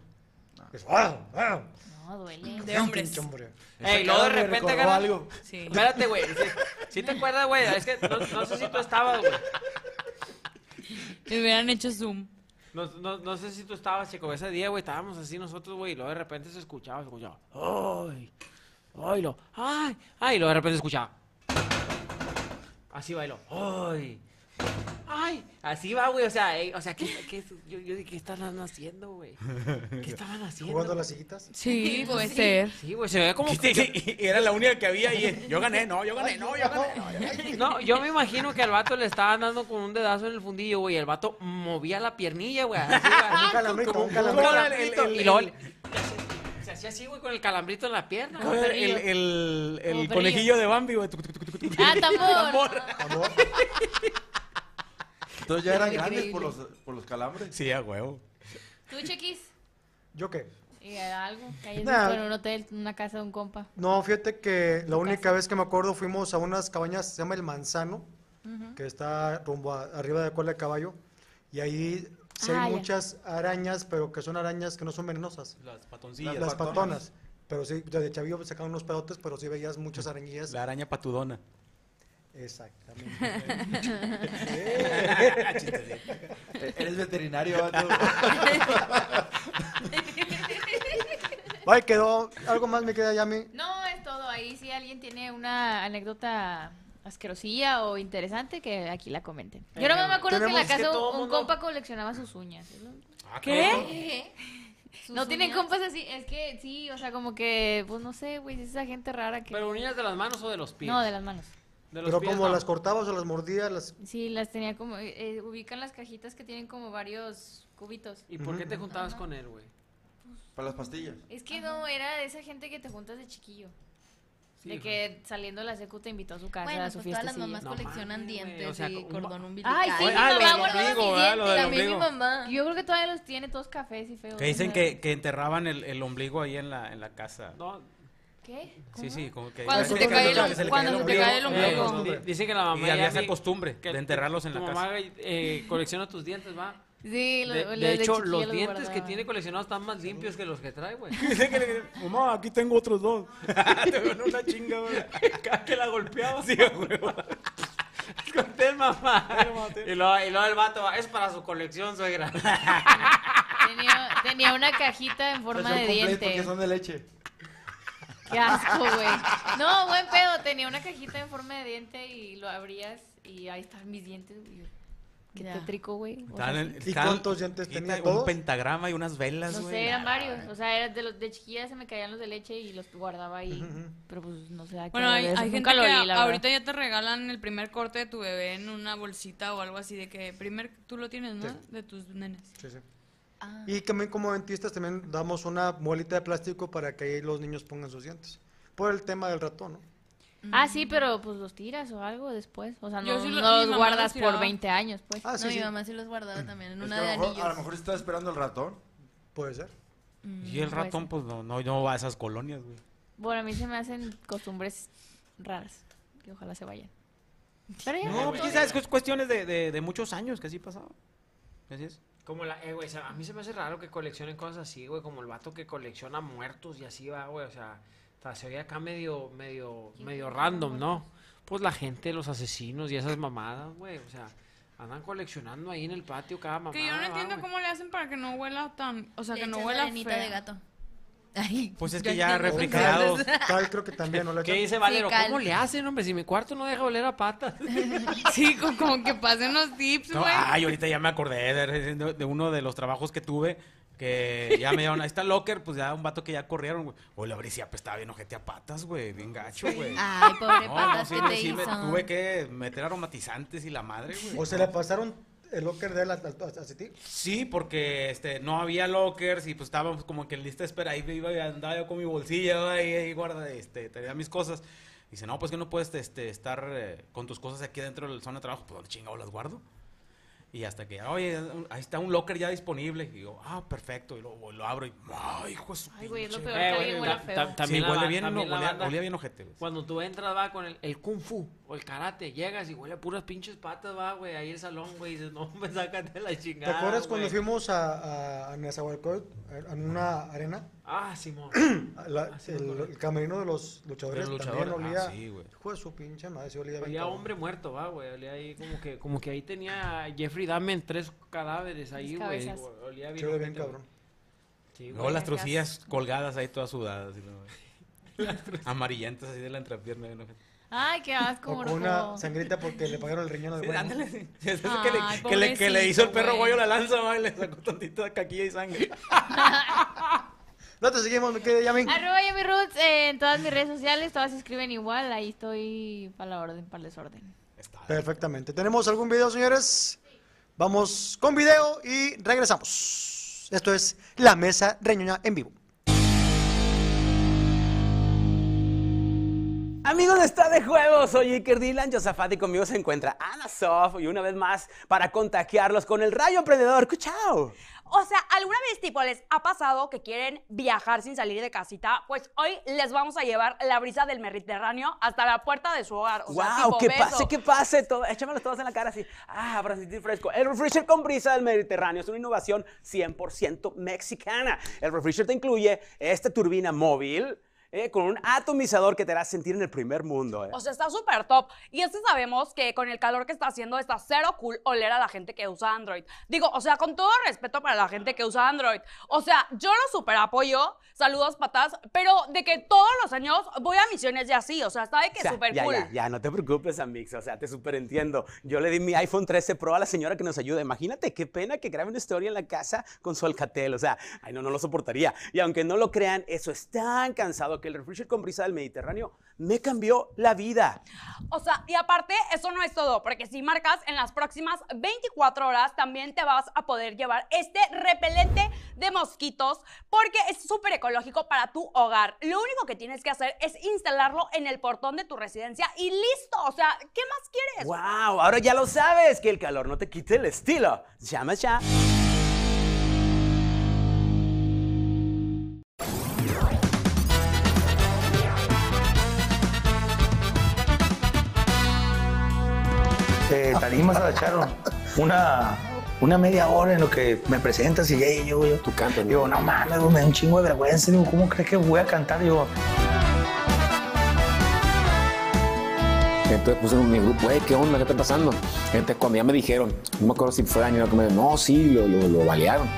Speaker 4: Es, "Guau, guau".
Speaker 3: No, duele.
Speaker 8: De hombres.
Speaker 4: Pinche hombre.
Speaker 5: Ey, luego de repente agarra-
Speaker 8: Sí.
Speaker 5: Espérate, güey. Sí, sí te acuerdas, güey. Es que no, no sé si tú estabas, güey.
Speaker 8: Y hubieran hecho zoom.
Speaker 5: No, no, no sé si tú estabas, chico. Ese día, güey, estábamos así nosotros, güey. Y luego de repente se escuchaba, se escuchaba. Ay, ay, lo, ay, ay. Y luego de repente se escuchaba. Así bailó. Ay. Ay, así va, güey. O sea, ey, o sea, ¿qué, qué- yo, yo dije, ¿qué estaban haciendo, güey? ¿Qué estaban haciendo?
Speaker 4: Jugando a las sillitas.
Speaker 8: Sí,
Speaker 9: Pues
Speaker 8: puede
Speaker 9: sí.
Speaker 8: ser.
Speaker 5: Sí, güey, se veía como que...
Speaker 6: Y era la única que había y eh, yo gané, no, yo gané, no, yo gané. no, yo gané.
Speaker 5: No, yo me imagino que al vato le estaban dando con un dedazo en el fundillo, güey. y El vato movía la piernilla, güey. así, güey.
Speaker 4: Un calambrito, un
Speaker 5: Como
Speaker 4: calambrito.
Speaker 5: un calambrito. Y luego le- se hacía así, güey, con el calambrito en la pierna.
Speaker 6: A ver, el, el, el
Speaker 3: Como perrillo.
Speaker 6: conejillo de Bambi, güey. Tuc, tuc, tuc, tuc, tuc.
Speaker 3: Ah, tambor.
Speaker 4: Cuando-
Speaker 7: Entonces ya eran grandes por los, por los calambres.
Speaker 6: Sí, a huevo.
Speaker 3: ¿Tú, Chequis?
Speaker 4: ¿Yo qué?
Speaker 3: Y algo que hayas
Speaker 4: Nah.
Speaker 3: visto en un hotel, en una casa de un compa.
Speaker 4: No, fíjate que la única vez que me acuerdo fuimos a unas cabañas, se llama El Manzano, que está rumbo a- arriba de Cola de Caballo, y ahí sí
Speaker 3: Ah,
Speaker 4: hay
Speaker 3: ya.
Speaker 4: muchas arañas, pero que son arañas que no son venenosas,
Speaker 6: Las patoncillas.
Speaker 4: las
Speaker 7: las patonas.
Speaker 4: patonas. Pero sí, desde chavillo sacaban unos pedotes, pero sí veías muchas arañillas.
Speaker 6: La araña patudona.
Speaker 4: Exactamente.
Speaker 7: E- Eres veterinario, vato.
Speaker 4: Ay, quedó, algo más me queda ya a mí.
Speaker 3: No, es todo. Ahí si alguien tiene una anécdota asquerosilla o interesante, que aquí la comenten. Yo no me acuerdo que en la
Speaker 5: tenemos- es que
Speaker 3: casa
Speaker 5: todo
Speaker 3: un, un
Speaker 5: mundo-
Speaker 3: compa coleccionaba sus uñas. Es lo-
Speaker 5: Ah,
Speaker 6: ¿Qué?
Speaker 3: No tienen
Speaker 9: compas.
Speaker 3: compas así. Es que sí, o sea, como que, pues no sé, güey, es esa gente rara que...
Speaker 5: Pero unidas de las manos o de los pies.
Speaker 3: No, de las manos.
Speaker 5: De los
Speaker 4: Pero
Speaker 5: pies,
Speaker 4: como
Speaker 5: no.
Speaker 4: las cortabas o las mordías, las...
Speaker 3: Sí, las tenía como... eh, eh, ubican las cajitas que tienen como varios cubitos.
Speaker 5: ¿Y por qué te juntabas con él, güey?
Speaker 7: Para las pastillas.
Speaker 3: Es que no, era de esa gente que te juntas de chiquillo. de que saliendo la secu te invitó a su casa,
Speaker 9: Bueno,
Speaker 3: a
Speaker 9: pues
Speaker 3: su
Speaker 9: todas
Speaker 3: fiesta.
Speaker 9: las mamás
Speaker 5: No
Speaker 9: coleccionan
Speaker 5: mames, güey,
Speaker 9: dientes
Speaker 5: o sea,
Speaker 9: y
Speaker 5: con-
Speaker 9: cordón umbilical.
Speaker 3: Ay, sí, mi
Speaker 5: Ah, lo
Speaker 3: mamá
Speaker 5: del
Speaker 3: guardaba mis
Speaker 5: ombligo, ¿verdad? Lo del
Speaker 3: dientes.
Speaker 9: También mi
Speaker 5: ombligo.
Speaker 9: mamá.
Speaker 3: Yo creo que todavía los tiene todos cafés y feos.
Speaker 6: Que dicen que, que enterraban el, el ombligo ahí en la, en la casa.
Speaker 5: No,
Speaker 3: ¿Qué?
Speaker 6: Sí, sí, como que.
Speaker 8: Cuando
Speaker 6: ya
Speaker 8: se
Speaker 6: ves
Speaker 8: te
Speaker 6: que
Speaker 8: cae el
Speaker 6: que
Speaker 8: om-
Speaker 6: le
Speaker 8: cuando
Speaker 6: cae
Speaker 8: se te cae el
Speaker 5: eh,
Speaker 8: ombligo.
Speaker 5: di- dice que la
Speaker 6: Y
Speaker 5: mamá
Speaker 6: había esa
Speaker 5: vi-
Speaker 6: costumbre
Speaker 5: que
Speaker 6: de enterrarlos en la
Speaker 5: tu
Speaker 6: casa.
Speaker 5: mamá eh, colecciona tus dientes, va.
Speaker 3: Sí, lo-
Speaker 5: De,
Speaker 3: lo-
Speaker 5: de
Speaker 3: de
Speaker 5: hecho,
Speaker 3: chiquillo
Speaker 5: los dientes que
Speaker 3: guardaba.
Speaker 5: tiene coleccionados están más limpios que los que trae, güey.
Speaker 6: Dice que le- Mamá, aquí tengo otros dos. Te ganó una chinga, güey.
Speaker 5: Cada que la golpeaba,
Speaker 6: Sí, a huevo.
Speaker 5: Corté, mamá. Y luego, y luego el vato va, es para su colección, suegra.
Speaker 3: Tenía, tenía una cajita en forma de
Speaker 7: Versión completa
Speaker 3: diente.
Speaker 7: Porque son de leche.
Speaker 3: Qué asco, güey. No, buen pedo. Tenía una cajita en forma de diente y lo abrías y ahí están mis dientes. güey. Qué
Speaker 9: Ya.
Speaker 3: tétrico, güey. O sea,
Speaker 6: Estaban en-
Speaker 4: ¿Y
Speaker 6: estaban-
Speaker 4: cuántos dientes
Speaker 6: quita
Speaker 4: tenía
Speaker 6: Un
Speaker 4: todo?
Speaker 6: pentagrama y unas velas,
Speaker 3: no
Speaker 6: güey.
Speaker 3: sé, eran varios. O sea, era de, los, de chiquilla se me caían los de leche y los guardaba ahí. Pero pues no sé. a qué
Speaker 8: Bueno, hay,
Speaker 3: hora de eso.
Speaker 8: hay gente
Speaker 3: Nunca lo
Speaker 8: que
Speaker 3: leí,
Speaker 8: a-
Speaker 3: la verdad.
Speaker 8: ahorita ya te regalan el primer corte de tu bebé en una bolsita o algo así de que primer tú lo tienes, ¿no?
Speaker 4: Sí.
Speaker 8: De tus nenes.
Speaker 4: Sí, sí.
Speaker 8: Ah.
Speaker 4: Y también como dentistas también damos una molita de plástico para que ahí los niños pongan sus dientes. Por el tema del ratón, ¿no?
Speaker 3: Ah, sí, pero pues los tiras o algo después. O sea, no,
Speaker 8: Yo sí
Speaker 3: no
Speaker 8: lo- mi
Speaker 3: los
Speaker 8: mamá los
Speaker 3: guardas
Speaker 8: tiraba.
Speaker 3: por 20 años, pues.
Speaker 4: Ah, sí,
Speaker 9: no,
Speaker 4: sí.
Speaker 9: mi mamá sí los guardaba también en
Speaker 7: Es que
Speaker 9: una
Speaker 7: a,
Speaker 9: de
Speaker 7: lo mejor,
Speaker 9: anillos.
Speaker 7: a lo mejor estaba esperando el ratón.
Speaker 4: Puede ser.
Speaker 9: Mm,
Speaker 6: Y el
Speaker 3: Mm, puede
Speaker 6: ratón, pues no, no, no va a esas colonias, güey.
Speaker 3: Bueno, a mí se me hacen costumbres raras. Que ojalá se vayan. Pero ya.
Speaker 6: No, pues quizás es cuestiones de, de, de muchos años que así pasaba. Así es.
Speaker 5: Como la, eh, güey, o sea, a mí se me hace raro que coleccionen cosas así, güey, como el vato que colecciona muertos y así va, güey, o sea, hasta se oye acá medio, medio, medio random, ¿no? Pues la gente, los asesinos y esas mamadas, güey, o sea, andan coleccionando ahí en el patio cada mamada.
Speaker 8: Que yo no
Speaker 5: va,
Speaker 8: entiendo
Speaker 5: güey.
Speaker 8: cómo le hacen para que no huela tan, o sea,
Speaker 9: Le
Speaker 8: que no
Speaker 9: echas
Speaker 8: huela
Speaker 9: arenita
Speaker 8: feo.
Speaker 9: de gato. Ay,
Speaker 6: Pues es que ya
Speaker 9: entiendo.
Speaker 6: refrigerado.
Speaker 4: Cal creo que también, ¿no? La
Speaker 5: ¿Qué
Speaker 4: echan.
Speaker 5: dice Valero?
Speaker 9: cal.
Speaker 5: ¿Cómo le hacen, hombre? Si mi cuarto no deja oler a patas.
Speaker 8: Sí, co- como que pasen los tips,
Speaker 6: No,
Speaker 8: güey.
Speaker 6: ay, ahorita ya me acordé de, de- de uno de los trabajos que tuve que ya me dieron, ahí está el locker, pues ya un vato que ya corrieron, güey. Oye, la brisilla pues estaba bien ojete a patas, güey, bien gacho, güey.
Speaker 9: Ay, pobre
Speaker 6: No,
Speaker 9: Ah, patas
Speaker 6: sí,
Speaker 9: que te
Speaker 6: sí me
Speaker 9: hizo.
Speaker 6: tuve que meter aromatizantes y la madre, güey.
Speaker 4: O se le pasaron el locker de él al- al- hacia ti.
Speaker 6: Sí, porque este no había lockers y pues estábamos como que en lista de espera. Ahí iba, andaba yo con mi bolsilla, va, ahí, ahí guarda, este, tenía mis cosas. Dice, no, pues que no puedes este, estar eh, con tus cosas aquí dentro de la zona de trabajo. Pues, ¿dónde chingado las guardo? Y hasta que, oye, ahí está un locker ya disponible. Y digo, ah, perfecto. Y lo, voy, lo abro y, ay, hijo de su
Speaker 3: Ay, güey, es lo
Speaker 6: pinche
Speaker 3: peor
Speaker 5: Eh,
Speaker 3: que
Speaker 5: güey,
Speaker 3: alguien
Speaker 5: ta-
Speaker 3: huela feo.
Speaker 5: ta-
Speaker 6: Sí,
Speaker 5: la
Speaker 6: huele
Speaker 5: ba-
Speaker 6: bien,
Speaker 5: también
Speaker 6: no,
Speaker 5: la
Speaker 6: olía,
Speaker 5: banda-
Speaker 6: olía bien ojete. güey.
Speaker 5: Cuando tú entras, va, con el, el kung fu o el karate, llegas y huele a puras pinches patas, va, güey, ahí el salón, güey, y dices, no, hombre, sácate la
Speaker 6: Ah,
Speaker 4: ¿Te
Speaker 5: chingada,
Speaker 4: acuerdas cuando
Speaker 5: güey".
Speaker 4: fuimos a, a, a Nezahualcóyotl, a- en una arena?
Speaker 5: Ah, Simón.
Speaker 4: La-
Speaker 5: Ah, sí, me
Speaker 4: el,
Speaker 5: acuerdo.
Speaker 4: el camerino de los luchadores,
Speaker 6: De los
Speaker 4: también
Speaker 6: luchadores,
Speaker 4: olía.
Speaker 6: ah, sí, güey.
Speaker 4: hijo de su pinche madre, se olía bien
Speaker 5: Olía a
Speaker 4: cabrón.
Speaker 5: hombre muerto, va, güey. Olía ahí como que, como que ahí tenía a Jeffrey Dahmer tres cadáveres ahí,
Speaker 3: Tres
Speaker 5: güey.
Speaker 3: cabezas.
Speaker 5: Olía
Speaker 4: Se olía
Speaker 5: bien.
Speaker 4: bien
Speaker 5: ojete,
Speaker 4: cabrón.
Speaker 5: güey. Sí,
Speaker 6: Luego
Speaker 5: güey.
Speaker 6: las trucillas colgadas ahí todas sudadas. y todo, güey. Amarillentas así de la entrepierna. bien ojete.
Speaker 3: Ay, qué asco,
Speaker 4: O con
Speaker 3: brujo.
Speaker 4: una sangrita porque le pagaron el riñón al
Speaker 6: Sí,
Speaker 4: güey.
Speaker 6: ándale, sí. Sí, es ese
Speaker 8: Ay,
Speaker 6: que, le, que le- que le hizo el perro
Speaker 8: pobrecito,
Speaker 6: Goyo la lanza, va, y le sacó tantito de caquilla y sangre.
Speaker 4: No te seguimos, me quedé, ya ven.
Speaker 3: Arroba Yami Roots eh, en todas mis redes sociales, todas se escriben igual, ahí estoy para la orden, para el desorden.
Speaker 6: Está.
Speaker 4: Perfectamente. ¿Tenemos algún video, señores? Vamos con video y regresamos. Esto es La Mesa Reñoña en vivo.
Speaker 10: Amigos de Está de Juego, soy Iker Dylan, Josafat y conmigo se encuentra Ana Sof y una vez más para contagiarlos con el rayo emprendedor. ¡Cuchao!
Speaker 11: O sea, ¿alguna vez tipo les ha pasado que quieren viajar sin salir de casita? Pues hoy les vamos a llevar la brisa del Mediterráneo hasta la puerta de su hogar. O sea,
Speaker 10: ¡Wow!
Speaker 11: tipo
Speaker 10: ¡Que
Speaker 11: beso.
Speaker 10: pase, que pase! Todo, échamelos todos en la cara así. ¡Ah! Para sentir fresco. El refresher con brisa del Mediterráneo es una innovación 100% mexicana. El refresher te incluye esta turbina móvil eh, con un atomizador que te hará sentir en el primer mundo. eh.
Speaker 11: O sea, está súper top. Y es que sabemos que con el calor que está haciendo está cero cool oler a la gente que usa Android. Digo, o sea, con todo respeto para la gente que usa Android. O sea, yo lo súper apoyo. Saludos, patas. Pero de que todos los años voy a misiones de así. O sea, está de que
Speaker 10: O sea,
Speaker 11: súper
Speaker 10: ya,
Speaker 11: cool.
Speaker 10: ya, ya, no te preocupes, Amix. O sea, te super entiendo. Yo le di mi iPhone 13 Pro a la señora que nos ayuda. Imagínate qué pena que grabe una historia en la casa con su alcatel. O sea, ay, no, no lo soportaría. Y aunque no lo crean, eso es tan cansado que el refresher con brisa del Mediterráneo me cambió la vida.
Speaker 11: O sea, y aparte, eso no es todo, porque si marcas en las próximas 24 horas, también te vas a poder llevar este repelente de mosquitos, porque es súper ecológico para tu hogar. Lo único que tienes que hacer es instalarlo en el portón de tu residencia y listo. O sea, ¿qué más quieres?
Speaker 10: ¡Wow! Ahora ya lo sabes, que el calor no te quite el estilo. Llama ya.
Speaker 12: Eh, tarima se la echaron. Una, una media hora en lo que me presentas y ya yo, yo. Tú cantas. Digo, no mames, güey, me da un chingo de vergüenza. Digo, ¿cómo crees que voy a cantar? Digo,
Speaker 13: Entonces puse en mi grupo, "Ey, ¿qué onda? ¿Qué está pasando? Entonces cuando ya me dijeron, no me acuerdo si fue Daniel o que me dijo, no, sí, lo, lo, lo balearon.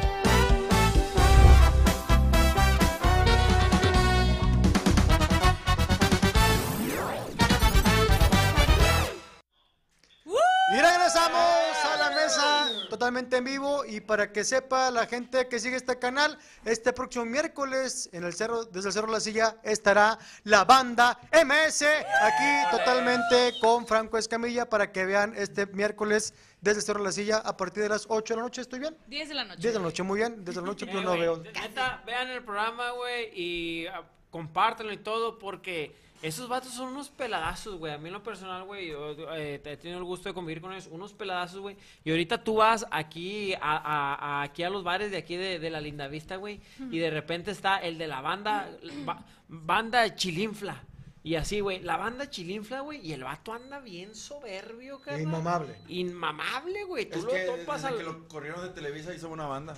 Speaker 4: Y regresamos a la mesa totalmente en vivo y para que sepa la gente que sigue este canal, este próximo miércoles en el cerro, desde el Cerro de la Silla estará la banda MS aquí totalmente con Franco Escamilla para que vean este miércoles desde el Cerro de la Silla a partir de las 8 de la noche, ¿estoy bien?
Speaker 8: 10 de la noche.
Speaker 4: 10 de la noche, muy bien, desde la noche
Speaker 5: Eh,
Speaker 4: yo pues no
Speaker 5: güey,
Speaker 4: veo.
Speaker 5: neta, vean el programa, güey, y ah, compártanlo y todo, porque esos vatos son unos peladazos, güey. A mí en lo personal, güey, yo eh, he tenido el gusto de convivir con ellos, unos peladazos, güey. Y ahorita tú vas aquí a, a- a- aquí a los bares de aquí de, de la Linda Vista, güey, y de repente está el de la banda, ba- banda Chilinfla. Y así, güey, la banda Chilinfla, güey, y el vato anda bien soberbio, carnal.
Speaker 4: Inmamable.
Speaker 5: Inmamable, güey. Tú
Speaker 7: Es
Speaker 5: lo
Speaker 7: que
Speaker 5: topas
Speaker 7: desde
Speaker 5: al...
Speaker 7: que lo corrieron de Televisa hizo una banda.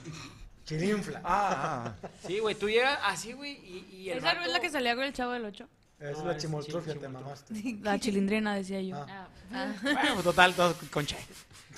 Speaker 4: Chirinfla.
Speaker 7: Ah, ah.
Speaker 5: Sí, güey, tú llegas así, güey, y, y el
Speaker 8: ¿Esa no es
Speaker 5: vato-
Speaker 8: la que salía con el chavo del 8?
Speaker 5: Ah,
Speaker 4: Es la chimoltrufia, te mamaste.
Speaker 8: La chilindrina, decía yo.
Speaker 3: Ah, pues,
Speaker 9: Ah.
Speaker 5: pues,
Speaker 6: Bueno, total, todo concha.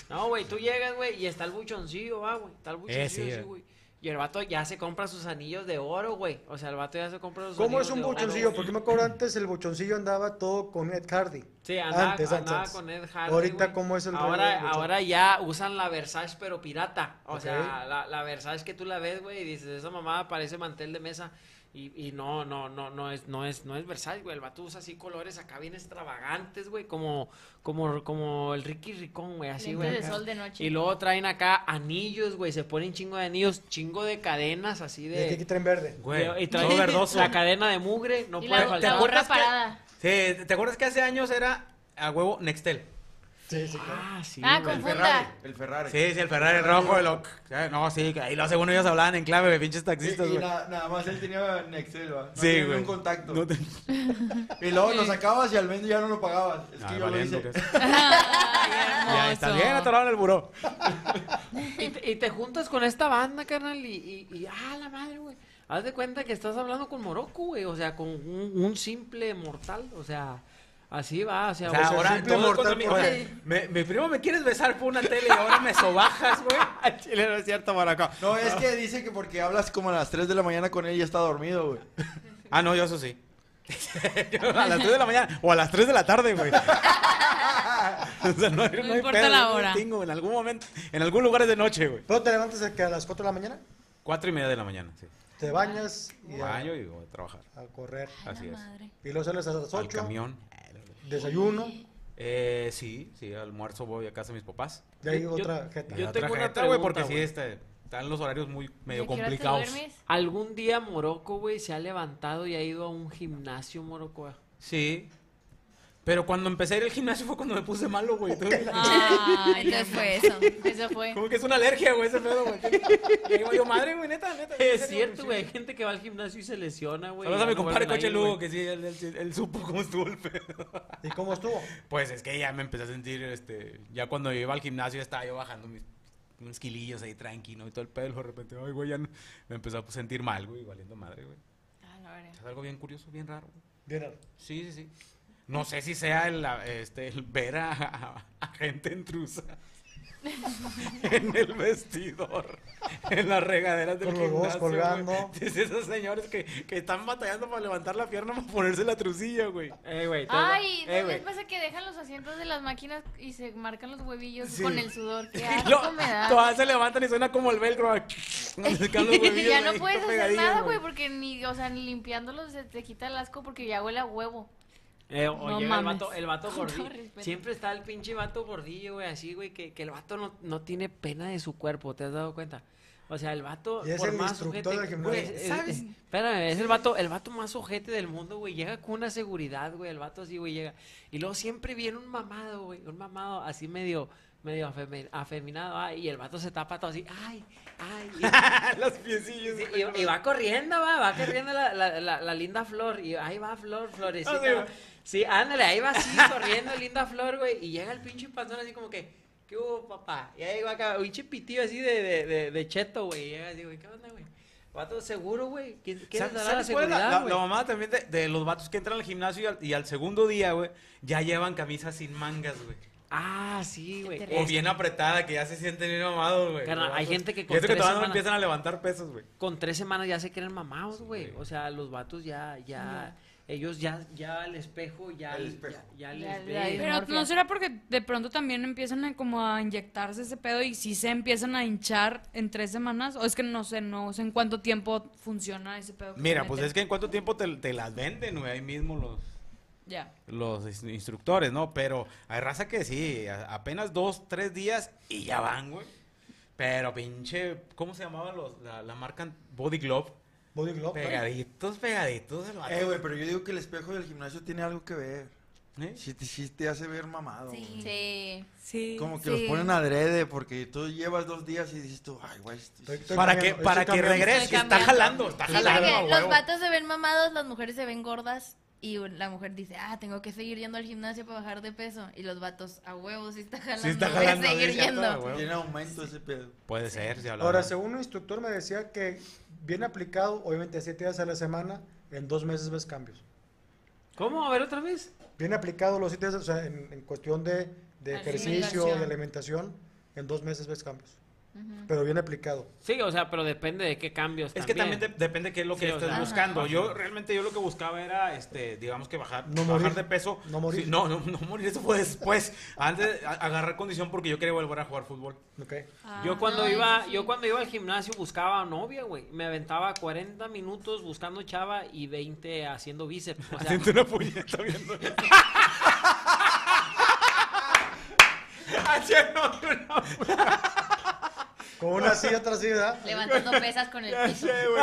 Speaker 5: No, güey, tú llegas, güey, y está el buchoncillo, va, güey. Está el buchoncillo,
Speaker 6: Eh, sí,
Speaker 5: sí,
Speaker 6: eh.
Speaker 5: güey. Y el vato ya se compra sus anillos de oro, güey. O sea, el vato ya se compra sus
Speaker 4: ¿Cómo
Speaker 5: anillos
Speaker 4: es un
Speaker 5: de oro.
Speaker 4: bochoncillo? Porque me acuerdo antes el bochoncillo andaba todo con Ed Hardy.
Speaker 5: Sí, andaba,
Speaker 4: antes,
Speaker 5: andaba
Speaker 4: antes.
Speaker 5: con Ed Hardy,
Speaker 4: Ahorita,
Speaker 5: güey.
Speaker 4: ¿cómo es el rollo del
Speaker 5: ahora,
Speaker 4: buchón?
Speaker 5: ahora ya usan la Versace, pero pirata. O
Speaker 4: Ok.
Speaker 5: sea, la, la Versace que tú la ves, güey, y dices, esa mamada parece mantel de mesa. Y, y no, no, no, no es, no es, no es Versace, güey. El vato usa así colores acá bien extravagantes, güey, como, como, como el Ricky Ricón, güey, así,
Speaker 3: Lentes
Speaker 5: güey.
Speaker 3: de
Speaker 5: acá.
Speaker 3: sol de noche.
Speaker 5: Y luego traen acá anillos, güey, se ponen chingo de anillos, chingo de cadenas así
Speaker 4: Y aquí
Speaker 5: de...
Speaker 4: aquí traen verde.
Speaker 5: y
Speaker 6: Güey,
Speaker 5: traen
Speaker 6: todo verdoso.
Speaker 5: la cadena de mugre, no
Speaker 3: Y
Speaker 5: puede
Speaker 3: la,
Speaker 5: faltar.
Speaker 3: la gorra parada.
Speaker 6: Sí, ¿te acuerdas que hace años era a huevo Nextel?
Speaker 4: Sí, sí, claro.
Speaker 5: Ah, sí,
Speaker 3: Ah,
Speaker 5: güey.
Speaker 3: con funda.
Speaker 7: El Ferrari.
Speaker 6: Sí, sí, el Ferrari rojo. Lo... No, sí, que ahí lo hace uno, ellos hablaban en clave, güey, pinches taxistas,
Speaker 7: Y, y
Speaker 6: güey.
Speaker 7: na- nada más él tenía Nextel, ¿va? No
Speaker 6: Sí,
Speaker 7: tenía
Speaker 6: güey.
Speaker 7: un contacto.
Speaker 6: No te-
Speaker 7: Y luego lo sacabas y al menos ya no lo pagabas. Es
Speaker 6: Ah,
Speaker 7: que yo lo
Speaker 6: valiendo
Speaker 7: hice.
Speaker 6: que es.
Speaker 8: Ya
Speaker 6: Ya está bien atorado en el buró.
Speaker 5: Y te, y te juntas con esta banda, carnal, y, y, y, ah, la madre, güey. Haz de cuenta que estás hablando con Morocco, güey. O sea, con un, un simple mortal. O sea, así va. O sea,
Speaker 6: O
Speaker 8: pues,
Speaker 5: o
Speaker 6: sea,
Speaker 5: sea,
Speaker 6: ahora
Speaker 5: simple
Speaker 6: todo
Speaker 5: mortal.
Speaker 6: contra mí.
Speaker 5: por-
Speaker 6: Oye, me- mi primo me quieres besar por una tele y ahora me sobajas, güey. Al Chile no es cierto, Maracá.
Speaker 7: No, es que dice que porque hablas como a las 3 de la mañana con él y ya está dormido, güey.
Speaker 6: Ah, no, yo eso sí. Yo a las 3 de la mañana o a las 3 de la tarde, güey. O sea, no, hay
Speaker 8: importa la
Speaker 6: no hay
Speaker 8: hora.
Speaker 6: tingo, en algún momento, en algún lugar es de noche, güey.
Speaker 4: Pero te levantas a que a las 4 de la mañana,
Speaker 6: 4 y media de la mañana, sí.
Speaker 5: Ah,
Speaker 4: te bañas y a,
Speaker 6: Baño y voy a trabajar.
Speaker 4: a correr.
Speaker 6: Así es.
Speaker 4: Y luego sales a las
Speaker 6: Al
Speaker 4: 8,
Speaker 6: camión.
Speaker 4: desayuno,
Speaker 6: Eh, sí, sí, almuerzo voy a casa de mis papás.
Speaker 4: de ahí
Speaker 5: Yo-
Speaker 4: otra gente.
Speaker 5: Yo
Speaker 6: La
Speaker 5: tengo
Speaker 6: otra
Speaker 5: una
Speaker 6: jeta, güey,
Speaker 5: pregunta,
Speaker 6: porque sí
Speaker 5: güey.
Speaker 6: este, están los horarios muy
Speaker 3: ¿Y
Speaker 6: medio
Speaker 3: a qué hora te
Speaker 6: complicados.
Speaker 3: duermes?
Speaker 5: Algún día Morocco, güey, se ha levantado y ha ido a un gimnasio, Morocco. güey?
Speaker 6: Sí. Pero cuando empecé a ir al gimnasio fue cuando me puse malo, güey. Entonces,
Speaker 9: Ah, entonces fue eso.
Speaker 3: Eso fue.
Speaker 6: Como que es una alergia, güey, ese pedo, güey. Le digo yo, madre, güey, neta, neta. en
Speaker 5: Es
Speaker 6: serio,
Speaker 5: cierto, güey. Hay
Speaker 6: sí.
Speaker 5: gente que va al gimnasio y se lesiona, güey.
Speaker 6: Saludos
Speaker 5: Ya
Speaker 6: a mi
Speaker 5: no
Speaker 6: compadre
Speaker 5: vuelven a
Speaker 6: Coche
Speaker 5: ir,
Speaker 6: Lugo,
Speaker 5: güey.
Speaker 6: que sí, él, él- él supo cómo estuvo el pedo.
Speaker 4: ¿Y cómo estuvo?
Speaker 6: Pues es que ya me empecé a sentir, este, ya cuando iba al gimnasio estaba yo bajando mis unos kilillos ahí tranquilo y todo el pedo, de repente, ay, güey, ya no- me empezó a sentir mal, güey, valiendo madre, güey.
Speaker 3: Ah, la verga.
Speaker 6: Es algo bien curioso, bien raro, güey.
Speaker 4: Bien, raro.
Speaker 6: Sí, sí, sí. No sé si sea el, la- este, el ver a, a- a gente intrusa en el vestidor, en las regaderas del
Speaker 4: Con los huevos
Speaker 6: gimnasio, güey.
Speaker 4: colgando.
Speaker 6: Es esos señores que, que están batallando para levantar la pierna para ponerse la trucilla, güey.
Speaker 5: Eh, güey. todo-
Speaker 3: Ay,
Speaker 5: eh,
Speaker 3: ¿no les
Speaker 5: güey.
Speaker 3: pasa que dejan los asientos de las máquinas y se marcan los huevillos
Speaker 6: Sí.
Speaker 3: con el sudor? Qué
Speaker 6: Y
Speaker 3: asco
Speaker 6: lo-
Speaker 3: me da.
Speaker 6: todas se levantan y suena como el velcro. No, se quedan los huevillos,
Speaker 3: ya no
Speaker 6: güey,
Speaker 3: puedes
Speaker 6: todo
Speaker 3: hacer
Speaker 6: pegadillo,
Speaker 3: nada, güey, porque ni, o sea, ni limpiándolos se te quita el asco porque ya huele a huevo.
Speaker 5: Eh, o
Speaker 8: No
Speaker 5: llega el
Speaker 8: mames.
Speaker 5: vato, el vato
Speaker 3: Con todo
Speaker 5: gordillo.
Speaker 3: respeto.
Speaker 5: Siempre está el pinche vato gordillo, güey, así, güey, que, que el vato no, no tiene pena de su cuerpo, ¿te has dado cuenta? O sea, el vato.
Speaker 4: Y es
Speaker 5: por
Speaker 4: el
Speaker 5: más
Speaker 4: instructor
Speaker 5: ojete-
Speaker 4: del
Speaker 5: güey,
Speaker 4: gimnasio.
Speaker 5: es- es-
Speaker 4: ¿Sabes?
Speaker 5: Espérame, es el vato, el vato más ojete del mundo, güey. Llega con una seguridad, güey. El vato así, güey, llega. Y luego siempre viene un mamado, güey. Un mamado así medio. Medio afemi- afeminado, ay, y el vato se tapa todo así, ay, ay, y-
Speaker 6: güey. Los piecillos.
Speaker 5: Sí,
Speaker 6: güey.
Speaker 5: y, y va corriendo, va, va corriendo la, la, la, la linda flor. Y ahí va Flor, florecita.
Speaker 6: Ah, sí,
Speaker 5: va.
Speaker 6: va.
Speaker 5: sí, ándale, ahí va así corriendo linda flor, güey. Y llega el pinche panzón así como que, ¿qué hubo, papá? Y ahí va acá, pinche pitillo así de, de, de, de cheto, güey. Y llega así, güey, ¿qué onda, güey? Vato seguro, güey. ¿Qui- ¿Quieres
Speaker 6: ¿Sabes
Speaker 5: dar la
Speaker 6: cuál es la-
Speaker 5: seguridad,
Speaker 6: la, la
Speaker 5: güey?
Speaker 6: mamada también de, de los vatos que entran al gimnasio y al, y al segundo día, güey, ya llevan camisas sin mangas, güey.
Speaker 5: Ah, sí, güey.
Speaker 6: O
Speaker 5: Es-
Speaker 6: bien apretada, que ya se sienten bien mamados, güey.
Speaker 5: Carnal,
Speaker 6: Los
Speaker 5: hay
Speaker 6: vatos-
Speaker 5: gente que
Speaker 6: y
Speaker 5: con
Speaker 6: eso que
Speaker 5: tres
Speaker 6: todavía no
Speaker 5: semanas-
Speaker 6: empiezan a levantar pesos, güey.
Speaker 5: Con tres semanas ya se creen mamados, güey.
Speaker 6: güey.
Speaker 5: O sea, los vatos ya, ya. ellos ya, ya al espejo, ya
Speaker 7: Al
Speaker 5: al
Speaker 7: espejo.
Speaker 5: Ya, ya
Speaker 7: Ya-
Speaker 5: les
Speaker 7: ya
Speaker 5: ven.
Speaker 8: Pero no será porque de pronto también empiezan a como a inyectarse ese pedo y si se empiezan a hinchar en tres semanas o es que no sé, no sé en cuánto tiempo funciona ese pedo. que
Speaker 6: Mira,
Speaker 8: se
Speaker 6: pues
Speaker 8: meten.
Speaker 6: es que en cuánto tiempo te, te las venden, güey, ahí mismo los,
Speaker 8: Ya.
Speaker 6: los is- instructores, ¿no? Pero hay raza que sí, a- apenas dos, tres días y ya van, güey. Pero pinche, ¿cómo se llamaba los, la, la marca Body Glove?
Speaker 4: Body Glove.
Speaker 6: Pegaditos, pegaditos. el vato.
Speaker 7: Eh, güey, pero yo digo que el espejo del gimnasio tiene algo que ver.
Speaker 6: ¿Eh?
Speaker 7: Si te, sí te hace ver mamado. güey.
Speaker 9: Sí.
Speaker 8: Sí.
Speaker 7: Como que los ponen adrede porque tú llevas dos días y dices tú, ay, güey. estoy-
Speaker 6: Para que, para que regrese, está jalando, está
Speaker 7: Sí,
Speaker 6: jalando.
Speaker 7: porque
Speaker 6: a
Speaker 7: los
Speaker 6: huevo.
Speaker 9: Vatos se ven mamados, las mujeres se ven gordas. Y la mujer dice, ah, tengo que seguir yendo al gimnasio para bajar de peso. Y los vatos, a huevos, sí está jalando.
Speaker 6: Sí está
Speaker 9: voy a
Speaker 6: jalando,
Speaker 9: seguir
Speaker 6: sí, ya está,
Speaker 9: yendo.
Speaker 6: güey.
Speaker 7: Tiene aumento ese pedo.
Speaker 6: Puede ser, si hablamos.
Speaker 4: Ahora, según un instructor me decía que bien aplicado, obviamente siete días a la semana, en dos meses ves cambios.
Speaker 5: ¿Cómo? A ver otra vez.
Speaker 4: Bien aplicado los siete días, o sea, en, en cuestión de, de ejercicio y
Speaker 5: Alimentación.
Speaker 4: alimentación, en dos meses ves cambios.
Speaker 5: Ujú.
Speaker 4: Pero bien aplicado.
Speaker 5: Sí, o sea, pero depende de qué cambios.
Speaker 6: Es que también de- depende qué es lo que
Speaker 5: Sí, o
Speaker 6: estés
Speaker 5: sea,
Speaker 6: buscando.
Speaker 5: ajá.
Speaker 6: Yo realmente yo lo que buscaba era, este, digamos que bajar,
Speaker 4: No
Speaker 6: bajar
Speaker 4: morir.
Speaker 6: de peso.
Speaker 4: No morir.
Speaker 6: Sí, no, no, no morir, eso fue después. pues, Antes a- agarrar condición porque yo quería volver a jugar fútbol.
Speaker 8: Ah,
Speaker 5: Yo cuando
Speaker 6: No,
Speaker 5: iba,
Speaker 6: eso
Speaker 5: yo cuando iba al gimnasio buscaba novia, güey. Me aventaba 40 minutos buscando chava y 20 haciendo bíceps. O sea,
Speaker 6: Haciendo una puñeta viendo eso. Haciendo una puñeta.
Speaker 4: Con una silla tras silla.
Speaker 3: Levantando pesas con el
Speaker 6: Ya
Speaker 3: piso.
Speaker 6: sé, güey,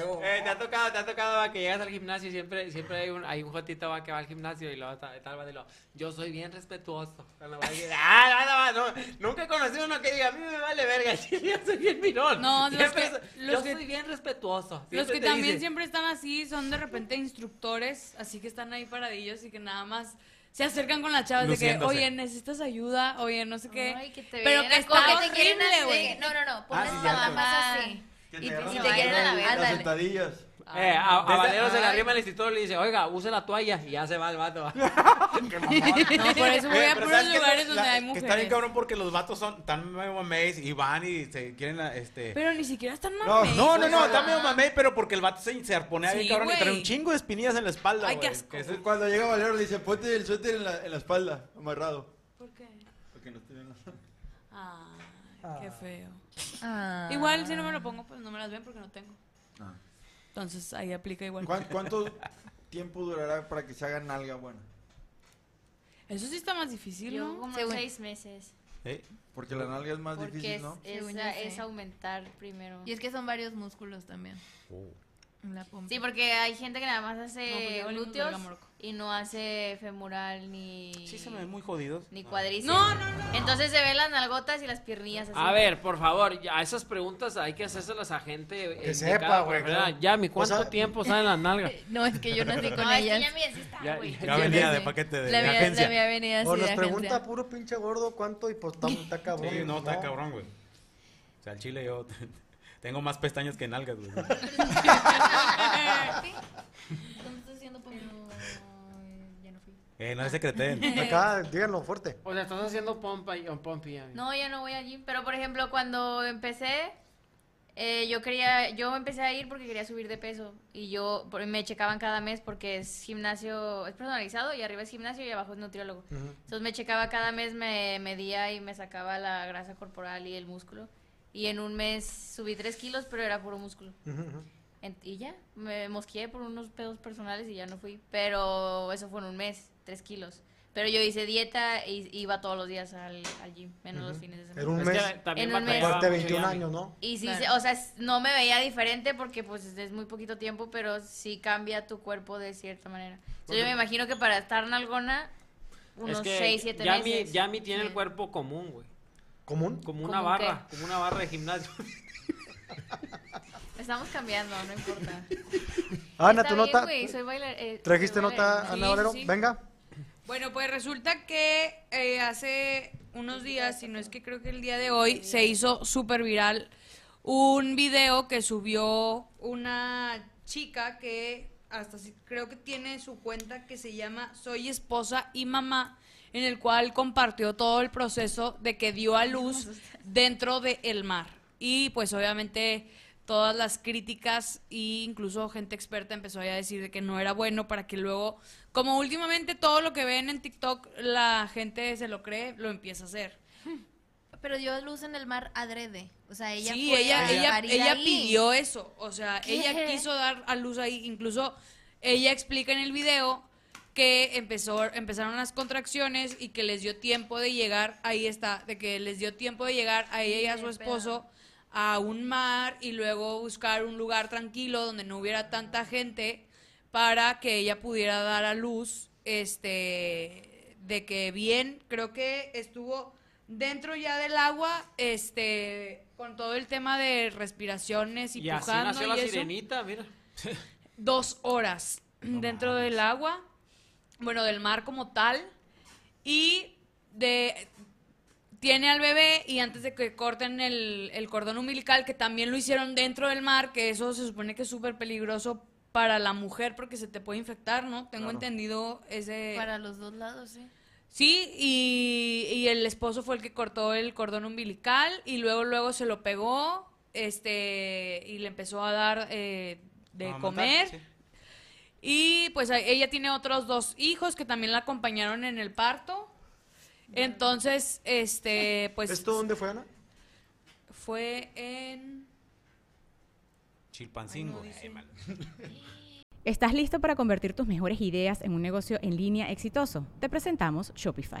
Speaker 6: no, güey.
Speaker 5: Eh, te ha tocado, te ha tocado va, que llegas al gimnasio y siempre, siempre hay un, hay un jotito va, que va al gimnasio y luego ta- tal va de lo, yo soy bien respetuoso. Tal, va, y- ah, no, no, no, nunca he conocido uno que diga, a mí me vale verga, yo soy bien mirón.
Speaker 8: No, los
Speaker 5: Siempre
Speaker 8: que,
Speaker 5: so-
Speaker 8: los
Speaker 5: yo
Speaker 8: que-
Speaker 5: soy bien respetuoso.
Speaker 8: Los
Speaker 5: Siempre
Speaker 8: que
Speaker 5: te
Speaker 8: también
Speaker 5: dicen.
Speaker 8: siempre están así son de repente instructores, así que están ahí paradillos y que nada más se acercan con las chavas de que,
Speaker 6: Luciéndose.
Speaker 8: oye, necesitas ayuda, oye, no sé qué.
Speaker 9: Ay, que te
Speaker 8: pero
Speaker 9: ven
Speaker 8: que
Speaker 9: acá,
Speaker 8: está
Speaker 9: que te quieren
Speaker 8: horrible,
Speaker 9: así,
Speaker 8: güey.
Speaker 9: que, No, no, no,
Speaker 7: Ah,
Speaker 9: pones
Speaker 7: sí,
Speaker 9: la
Speaker 7: cierto.
Speaker 9: mamá así.
Speaker 7: Que
Speaker 9: Y, y
Speaker 7: agarran
Speaker 9: te
Speaker 7: la
Speaker 9: quieren a la
Speaker 7: verga, Las
Speaker 9: verga.
Speaker 7: sentadillas.
Speaker 5: Eh, a, a
Speaker 7: Desde-
Speaker 5: Valero se le
Speaker 7: Ay.
Speaker 5: arriba el instituto y le dice, oiga, use la toalla y ya se va el vato. va.
Speaker 8: No, por eso voy
Speaker 6: Oye,
Speaker 8: a
Speaker 6: Eh, pero
Speaker 8: puros
Speaker 6: ¿sabes qué?
Speaker 8: lugares
Speaker 6: La-
Speaker 8: donde hay
Speaker 6: que Está bien
Speaker 8: mujeres.
Speaker 6: cabrón porque los vatos son tan medio mameis y van y se quieren a- este
Speaker 8: Pero ni siquiera están
Speaker 6: No,
Speaker 8: mames.
Speaker 6: no, no, no, está medio mamey, pero porque el vato se, se pone ahí,
Speaker 8: Pues Sí,
Speaker 6: cabrón, y trae
Speaker 8: güey.
Speaker 6: un chingo de espinillas en la espalda,
Speaker 8: Ay, qué
Speaker 6: güey.
Speaker 8: asco.
Speaker 6: Que ese-
Speaker 7: Cuando llega Valero le dice, ponte el suéter en la, en la espalda, amarrado.
Speaker 8: ¿Por qué?
Speaker 7: Porque no te ven las-
Speaker 8: Ay,
Speaker 6: Ah.
Speaker 8: qué feo.
Speaker 9: Ah.
Speaker 8: Igual si no me lo pongo, pues no me las ven porque no tengo.
Speaker 7: Ah.
Speaker 8: Entonces ahí aplica igual.
Speaker 7: ¿Cuán- ¿Cuánto tiempo durará para que se haga nalga buena?
Speaker 8: Eso sí está más difícil,
Speaker 3: Yo
Speaker 8: ¿no?
Speaker 3: como
Speaker 9: Según-
Speaker 3: seis meses.
Speaker 6: Eh.
Speaker 7: Porque la nalga es más
Speaker 3: Porque
Speaker 7: difícil,
Speaker 3: es,
Speaker 7: ¿no?
Speaker 3: es-
Speaker 9: Según yo,
Speaker 3: es
Speaker 9: sí.
Speaker 3: aumentar primero.
Speaker 9: Y es que son varios músculos también.
Speaker 6: Oh.
Speaker 9: en la pompa.
Speaker 3: Sí, porque hay gente que nada más
Speaker 8: No, porque
Speaker 3: hace
Speaker 8: ya valimos
Speaker 3: glúteos
Speaker 8: verga, Morocco.
Speaker 3: y no hace femoral ni,
Speaker 6: Sí, se me ven muy jodidos.
Speaker 3: ni cuadriceps.
Speaker 8: No, no, no.
Speaker 3: Entonces se ven las nalgotas y las piernillas así.
Speaker 5: A ver, por favor, ya, a esas preguntas hay que hacérselas a gente. eh,
Speaker 4: Que
Speaker 5: indicada,
Speaker 4: sepa, güey,
Speaker 5: ¿verdad?
Speaker 4: claro.
Speaker 5: Ya, mi cuánto
Speaker 4: O sea-
Speaker 5: tiempo salen las nalgas.
Speaker 9: No, es que yo nací con
Speaker 3: No, es que
Speaker 9: ellas.
Speaker 3: Ah, ya me está,
Speaker 4: Ah,
Speaker 5: Ya-
Speaker 3: güey.
Speaker 5: ya-
Speaker 6: Ya venía de paquete de,
Speaker 9: La
Speaker 6: de
Speaker 9: mía, la
Speaker 6: agencia.
Speaker 9: mía venía así
Speaker 4: O
Speaker 9: de
Speaker 4: nos
Speaker 9: agencia.
Speaker 4: pregunta puro pinche gordo cuánto y pues está, está cabrón.
Speaker 6: Sí, no, está cabrón, güey. O sea, al chile yo tengo más pestañas que nalgas, güey.
Speaker 9: ¿Sí? ¿Dónde estás haciendo pompa? No, ya no fui.
Speaker 6: Eh, no se secreten.
Speaker 4: Acá, díganlo fuerte.
Speaker 5: O sea, estás haciendo pompa y pompi. ya.
Speaker 3: No, ya no voy allí. Pero por ejemplo, cuando empecé, eh, yo quería, yo empecé a ir porque quería subir de peso. Y yo por- me checaban cada mes porque es gimnasio, es personalizado y arriba es gimnasio y abajo es nutriólogo. Entonces me checaba cada mes, me medía y me sacaba la grasa corporal y el músculo. Y en un mes subí tres kilos, pero era puro músculo. En- y ya, me mosqueé por unos pedos personales y ya no fui. Pero eso fue en un mes, tres kilos. Pero yo hice dieta y iba todos los días al, al gym, menos los
Speaker 4: Ujú.
Speaker 3: fines de semana.
Speaker 4: Era un
Speaker 5: Es
Speaker 4: mes.
Speaker 5: que también
Speaker 3: En un mes.
Speaker 5: batallaba
Speaker 4: Aparte,
Speaker 5: mucho
Speaker 4: 21
Speaker 5: ya,
Speaker 4: años, ¿no?
Speaker 3: Y sí,
Speaker 9: Claro.
Speaker 3: se- o sea, s- no me veía diferente porque pues es muy poquito tiempo, pero sí cambia tu cuerpo de cierta manera. Entonces, yo me imagino que para estar nalgona, unos
Speaker 5: Es que
Speaker 3: 6, 7
Speaker 5: Yami-
Speaker 3: meses.
Speaker 5: Yami tiene el
Speaker 3: Sí.
Speaker 5: cuerpo común, güey.
Speaker 4: ¿Común?
Speaker 5: Como
Speaker 3: ¿Común
Speaker 5: una barra, como una barra de gimnasio.
Speaker 3: Estamos cambiando, no importa.
Speaker 4: Ana,
Speaker 3: Está
Speaker 4: Ah, tu
Speaker 3: bien,
Speaker 4: nota.
Speaker 3: güey, soy bailar- eh,
Speaker 4: ¿Trajiste
Speaker 3: soy
Speaker 4: nota,
Speaker 3: bailarina.
Speaker 4: Ana
Speaker 8: Sí,
Speaker 4: Valero?
Speaker 8: sí, sí.
Speaker 4: Venga.
Speaker 8: Bueno, pues resulta que eh, hace unos días, si no es que creo que el día de hoy, se hizo súper viral un video que subió una chica que hasta si- creo que tiene su cuenta que se llama Soy esposa y mamá, en el cual compartió todo el proceso de que dio a luz dentro del mar. Y pues obviamente todas las críticas e incluso gente experta empezó ya a decir de que no era bueno para que luego, como últimamente todo lo que ven en TikTok la gente se lo cree, lo empieza a hacer.
Speaker 9: Pero dio luz en el mar adrede. O sea, ella
Speaker 8: sí,
Speaker 9: fue
Speaker 8: ella,
Speaker 9: a
Speaker 8: ella,
Speaker 9: parir
Speaker 8: ella
Speaker 9: ahí.
Speaker 8: pidió eso. O sea,
Speaker 9: ¿Qué?
Speaker 8: ella quiso dar a luz ahí. Incluso ella explica en el video que empezó, empezaron las contracciones y que les dio tiempo de llegar, ahí está, de que les dio tiempo de llegar a ella y a su esposo a un mar y luego buscar un lugar tranquilo donde no hubiera tanta gente para que ella pudiera dar a luz, este, de que bien, creo que estuvo dentro ya del agua, este, con todo el tema de respiraciones y,
Speaker 5: Y así
Speaker 8: pujando
Speaker 5: nació la
Speaker 8: y eso.
Speaker 5: sirenita, mira.
Speaker 8: Dos horas dentro del agua, bueno, del mar como tal, y de tiene al bebé y antes de que corten el, el cordón umbilical, que también lo hicieron dentro del mar, que eso se supone que es súper peligroso para la mujer porque se te puede infectar, ¿no? Tengo
Speaker 9: Claro.
Speaker 8: entendido ese...
Speaker 9: Para los dos lados, sí.
Speaker 8: Sí, y, y el esposo fue el que cortó el cordón umbilical y luego luego se lo pegó este y le empezó a dar eh, de
Speaker 11: Amamantar,
Speaker 8: comer.
Speaker 11: sí.
Speaker 8: Y pues a- ella tiene otros dos hijos que también la acompañaron en el parto. Entonces, este, pues...
Speaker 4: ¿Esto dónde fue, Ana?
Speaker 8: Fue en...
Speaker 6: Chilpancingo.
Speaker 8: Ay, mal.
Speaker 2: ¿Estás listo para convertir tus mejores ideas en un negocio en línea exitoso? Te presentamos Shopify.